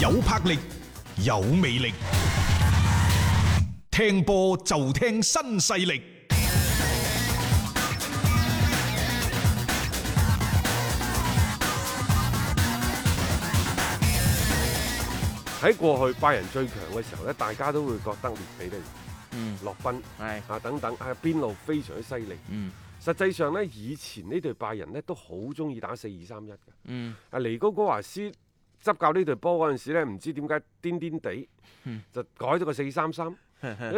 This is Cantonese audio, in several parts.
有魄力，有魅力，聽波就聽新勢力。喺過去拜仁最強嘅時候咧，大家都會覺得列比利、嗯，洛賓係，啊等等啊邊路非常之犀利。嗯，實際上呢，以前呢隊拜仁呢都好中意打四二三一嘅。嗯，啊尼高哥華斯執教呢隊波嗰陣時咧，唔知點解癲癲地嗯就改咗個四三三。嗯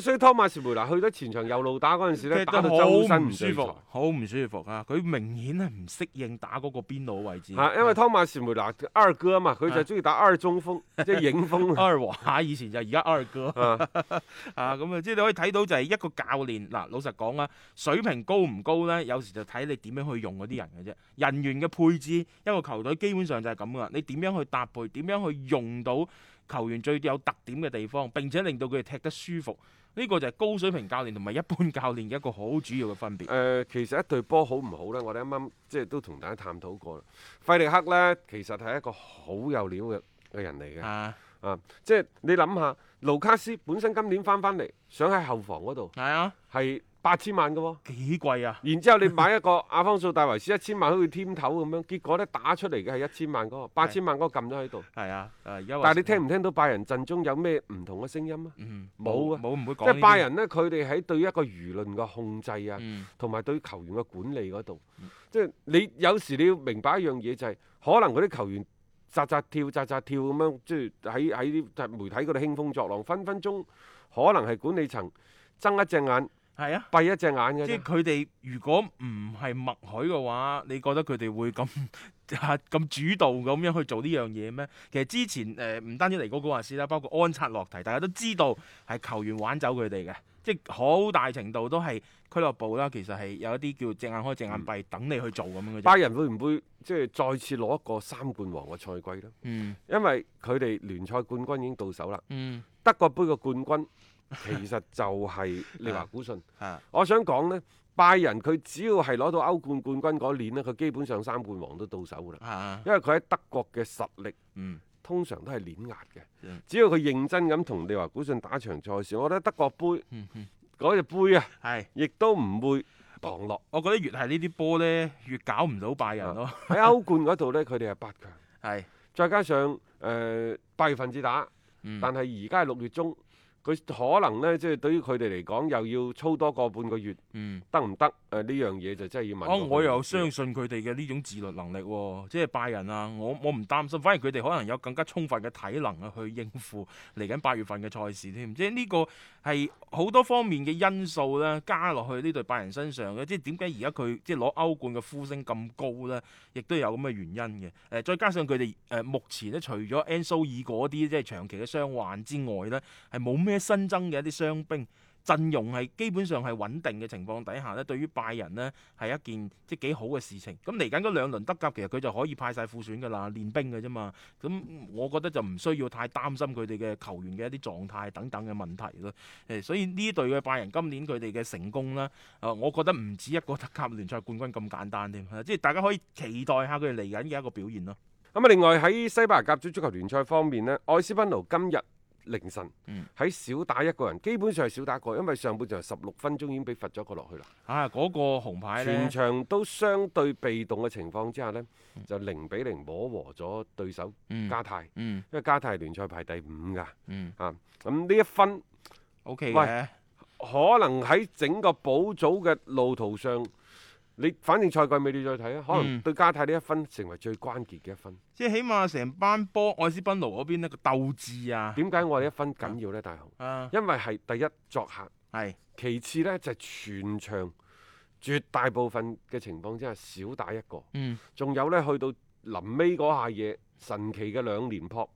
所以湯馬士梅拿去咗前場右路打嗰 陣時咧，踢打得到好周身唔唔舒舒服服。，好唔舒服啊！佢明顯係唔適應打嗰個邊路位置。啊啊嚇，因為湯馬士梅拿二哥啊嘛，佢就中意打二中鋒，即係影 鋒啊。阿華以前就而家阿哥 啊啊，咁啊，即係你可以睇到就係一個教練嗱，老實講啦，水平高唔高呢？有時就睇你點樣去用嗰啲人嘅啫。人員嘅配置，一個球隊基本上就係咁噶啦。你點樣去搭配，點樣去用到球員最有特點嘅地方，並且令到佢哋踢得舒服，呢、個就係高水平教練同埋一般教練嘅一個好主要嘅分別誒、。呃其實一隊波好唔好呢？我哋啱啱即係都同大家探討過啦。費力克呢，其實係一個好有料嘅嘅人嚟嘅啊，啊！即係你諗下，盧卡斯本身今年翻翻嚟，想喺後防嗰度係啊，係八千萬嘅喎、幾貴啊！然之 後你買一個阿方素戴維斯一千萬，好似添頭咁樣，結果呢，打出嚟嘅係一千萬嗰、個，八千萬嗰個撳咗喺度。係啊，誒而家話但係你聽唔聽到拜仁陣中有咩唔同嘅聲音啊？嗯冇啊冇唔會即講呢啲。係拜仁呢，佢哋喺對一個輿論嘅控制啊。嗯同埋對球員嘅管理嗰度，即係你有時你要明白一樣嘢就係、可能嗰啲球員扎扎跳、扎扎跳咁樣，即係喺喺啲媒體嗰度興風作浪，分分鐘可能係管理層睜一隻眼係啊。閉一隻眼嘅即係啫。佢哋如果唔係默許嘅話，你覺得佢哋會咁 啊咁主導咁樣去做呢樣嘢咩？其實之前誒唔、單止尼高高華斯啦，包括安察洛提，大家都知道係球員玩走佢哋嘅，即係好大程度都係俱樂部啦。其實係有一啲叫隻眼開隻眼閉，等你去做咁樣嘅啫。拜仁會唔會即係再次攞一個三冠王嘅賽季呢？嗯因為佢哋聯賽冠軍已經到手啦，嗯德國杯嘅冠軍其實就 係利華古信。啊我想講呢，拜仁佢只要係攞到歐冠冠軍嗰年呢，佢基本上三冠王都到手㗎啦。啊因為佢喺德國嘅實力嗯通常都係碾壓嘅嗯。只要佢認真咁同利華古信打場賽事，我覺得德國杯嗯嗯嗰隻杯啊，係，亦都唔會蕩 落。我覺得越係呢啲波咧，越搞唔到拜仁咯。喺歐冠嗰度呢，佢哋係八強，係再加上誒八、月份至打，嗯但係而家係六月中，佢可能呢，即係對於佢哋嚟講，又要操多個半個月，嗯。得唔得？誒呃呢樣嘢就真係要問哦，過佢哋我又相信佢哋嘅呢種自律能力喎、即係拜仁啊，我我唔擔心，反而佢哋可能有更加充分嘅體能啊，去應付嚟緊八月份嘅賽事添。即係呢個係好多方面嘅因素咧，加落去呢隊拜仁身上嘅。即係點解而家佢即係攞歐冠嘅呼聲咁高咧，亦都有咁嘅原因嘅。誒、再加上佢哋誒目前咧，除咗 Anso 爾嗰啲即係長期嘅傷患之外咧，係冇咩新增嘅一啲傷兵。陣容係基本上係穩定嘅情況底下咧，對於拜仁呢係一件即係幾好嘅事情。咁嚟緊嗰兩輪德甲，其實佢就可以派晒副選㗎啦，練兵㗎啫嘛。咁我覺得就唔需要太擔心佢哋嘅球員嘅一啲狀態等等嘅問題咯。誒，所以呢隊嘅拜仁今年佢哋嘅成功啦，啊，我覺得唔止一個德甲聯賽冠軍咁簡單添，啊即係大家可以期待下佢哋嚟緊嘅一個表現咯。咁啊，另外喺西班牙甲組足球聯賽方面呢，愛斯賓奴今日凌晨嗯喺少打一個人，基本上係少打一個，因為上半場十六分鐘已經被罰咗一個落去啦。啊，嗰、個紅牌全咧，場都相對被動嘅情況之下呢，就零比零摸和咗對手嗯加泰，因嗯為加泰聯賽排第五㗎。嗯啊，咁呢一分，OK 喂嘅，可能喺整個保組嘅路途上，你反正賽季尾你再睇啊，可能嗯對加泰呢一分成為最關鍵嘅一分。即係起碼成班波愛斯賓奴嗰邊呢個鬥志啊，點解我哋一分緊要呢？大雄，啊，因為係第一作客。係其次呢，就係全場絕大部分嘅情況之下少打一個，嗯仲有呢，去到臨尾嗰下嘢，神奇嘅兩連撲，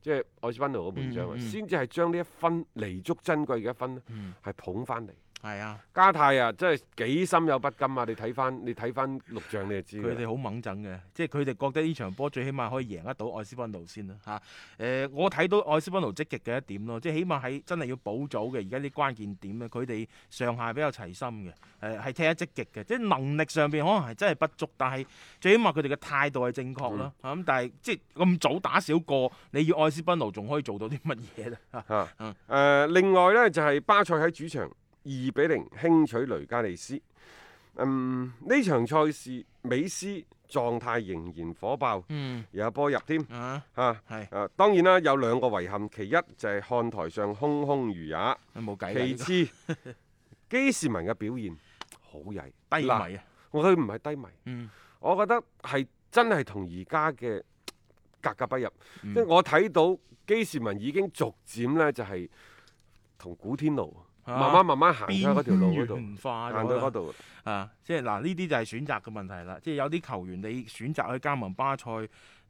即係愛斯賓奴嘅門將啊嗯嗯嗯先至係將呢一分彌足珍貴嘅一分呢嗯係捧翻嚟。係啊，加泰啊，真係幾心有不甘啊！你睇翻你睇翻錄像你就知㗎佢啦。哋好猛整嘅，即係佢哋覺得呢場波最起碼可以贏得到愛斯賓奴先啦嚇。誒、我睇到愛斯賓奴積極嘅一點咯，即係起碼喺真係要保組嘅而家啲關鍵點咧，佢哋上下比較齊心嘅，誒、係踢得積極嘅，即係能力上邊可能係真係不足，但係最起碼佢哋嘅態度係正確啦。嗯嚇咁、但係即係咁早打少個，你要愛斯賓奴仲可以做到啲乜嘢咧？嚇嚇嗯誒、另外呢，就係、巴塞喺主場二比零輕取雷加利斯。嗯，呢場賽事美斯狀態仍然火爆，嗯有波入添 啊，嚇。啊係誒、當然啦，有兩個遺憾，其一就係看台上空空如也，冇計啦其呢個次 基士文嘅表現好曳，低嗱迷啊，我覺得唔係低迷，嗯我覺得係真係同而家嘅格格不入。嗯即係我睇到基士文已經逐漸呢，就係同古天奴啊慢慢慢慢行咗嗰條路嗰度，邊緣化咗行到啦嗰度。啊，即係嗱，呢啲就係選擇嘅問題啦。即係有啲球員你選擇去加盟巴塞，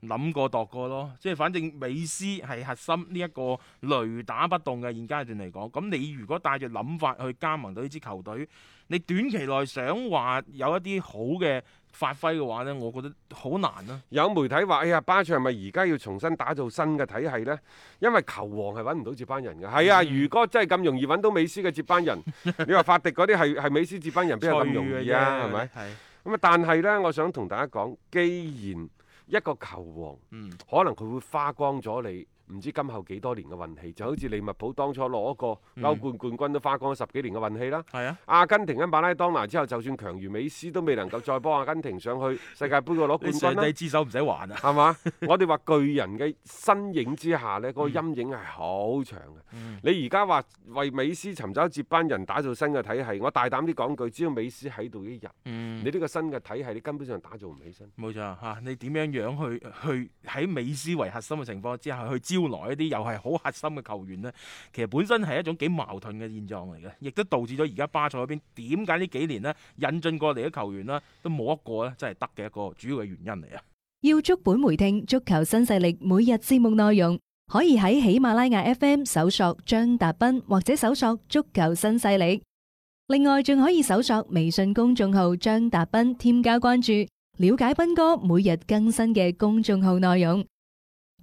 諗過度過咯。即係反正美斯係核心呢一個雷打不動嘅現階段嚟講，咁你如果帶住諗法去加盟到呢支球隊，你短期內想話有一啲好嘅發揮嘅話呢，我覺得好難啊啦、有媒體話：哎呀，巴塞係咪而家要重新打造新嘅體系呢？因為球王係揾唔到接班人嘅。係啊，嗯如果真係咁容易揾到美斯嘅接班 人，你話法迪嗰啲係係美斯接班人，邊有咁容易啊？係咪？係，咁啊，但係呢，我想同大家講，既然一個球王嗯，可能佢會花光咗你。唔知今後幾多年嘅運氣，就好似利物浦當初攞嗯一個歐冠冠軍都花光咗十幾年嘅運氣啦。係啊。阿根廷跟馬拉當拿之後，就算強如美斯都未能夠再幫阿根廷上去世界盃個攞你冠上軍啦帝。之手唔使還 啊！係 嘛？我哋話巨人嘅身影之下呢，嗰、個陰影係好長嘅。嗯你而家話為美斯尋找接班人，打造新嘅體系，我大膽啲講句，只要美斯喺度一日，嗯你呢個新嘅體系，你根本上打造唔起身。冇錯嚇、啊你點樣樣去去喺美斯為核心嘅情況之下，去招來一啲又係好核心嘅球員呢？其實本身係一種幾矛盾嘅現狀嚟嘅，亦都導致咗而家巴塞嗰邊點解呢幾年呢引進過嚟嘅球員呢，都冇一個咧真係得嘅一個主要嘅原因嚟啊！要足本回聽足球新勢力每日節目內容，可以喺喜馬拉雅 FM 搜索張達斌或者搜索足球新勢力。另外，仲可以搜索微信公眾號張達斌，添加關注，了解斌哥每日更新嘅公眾號內容。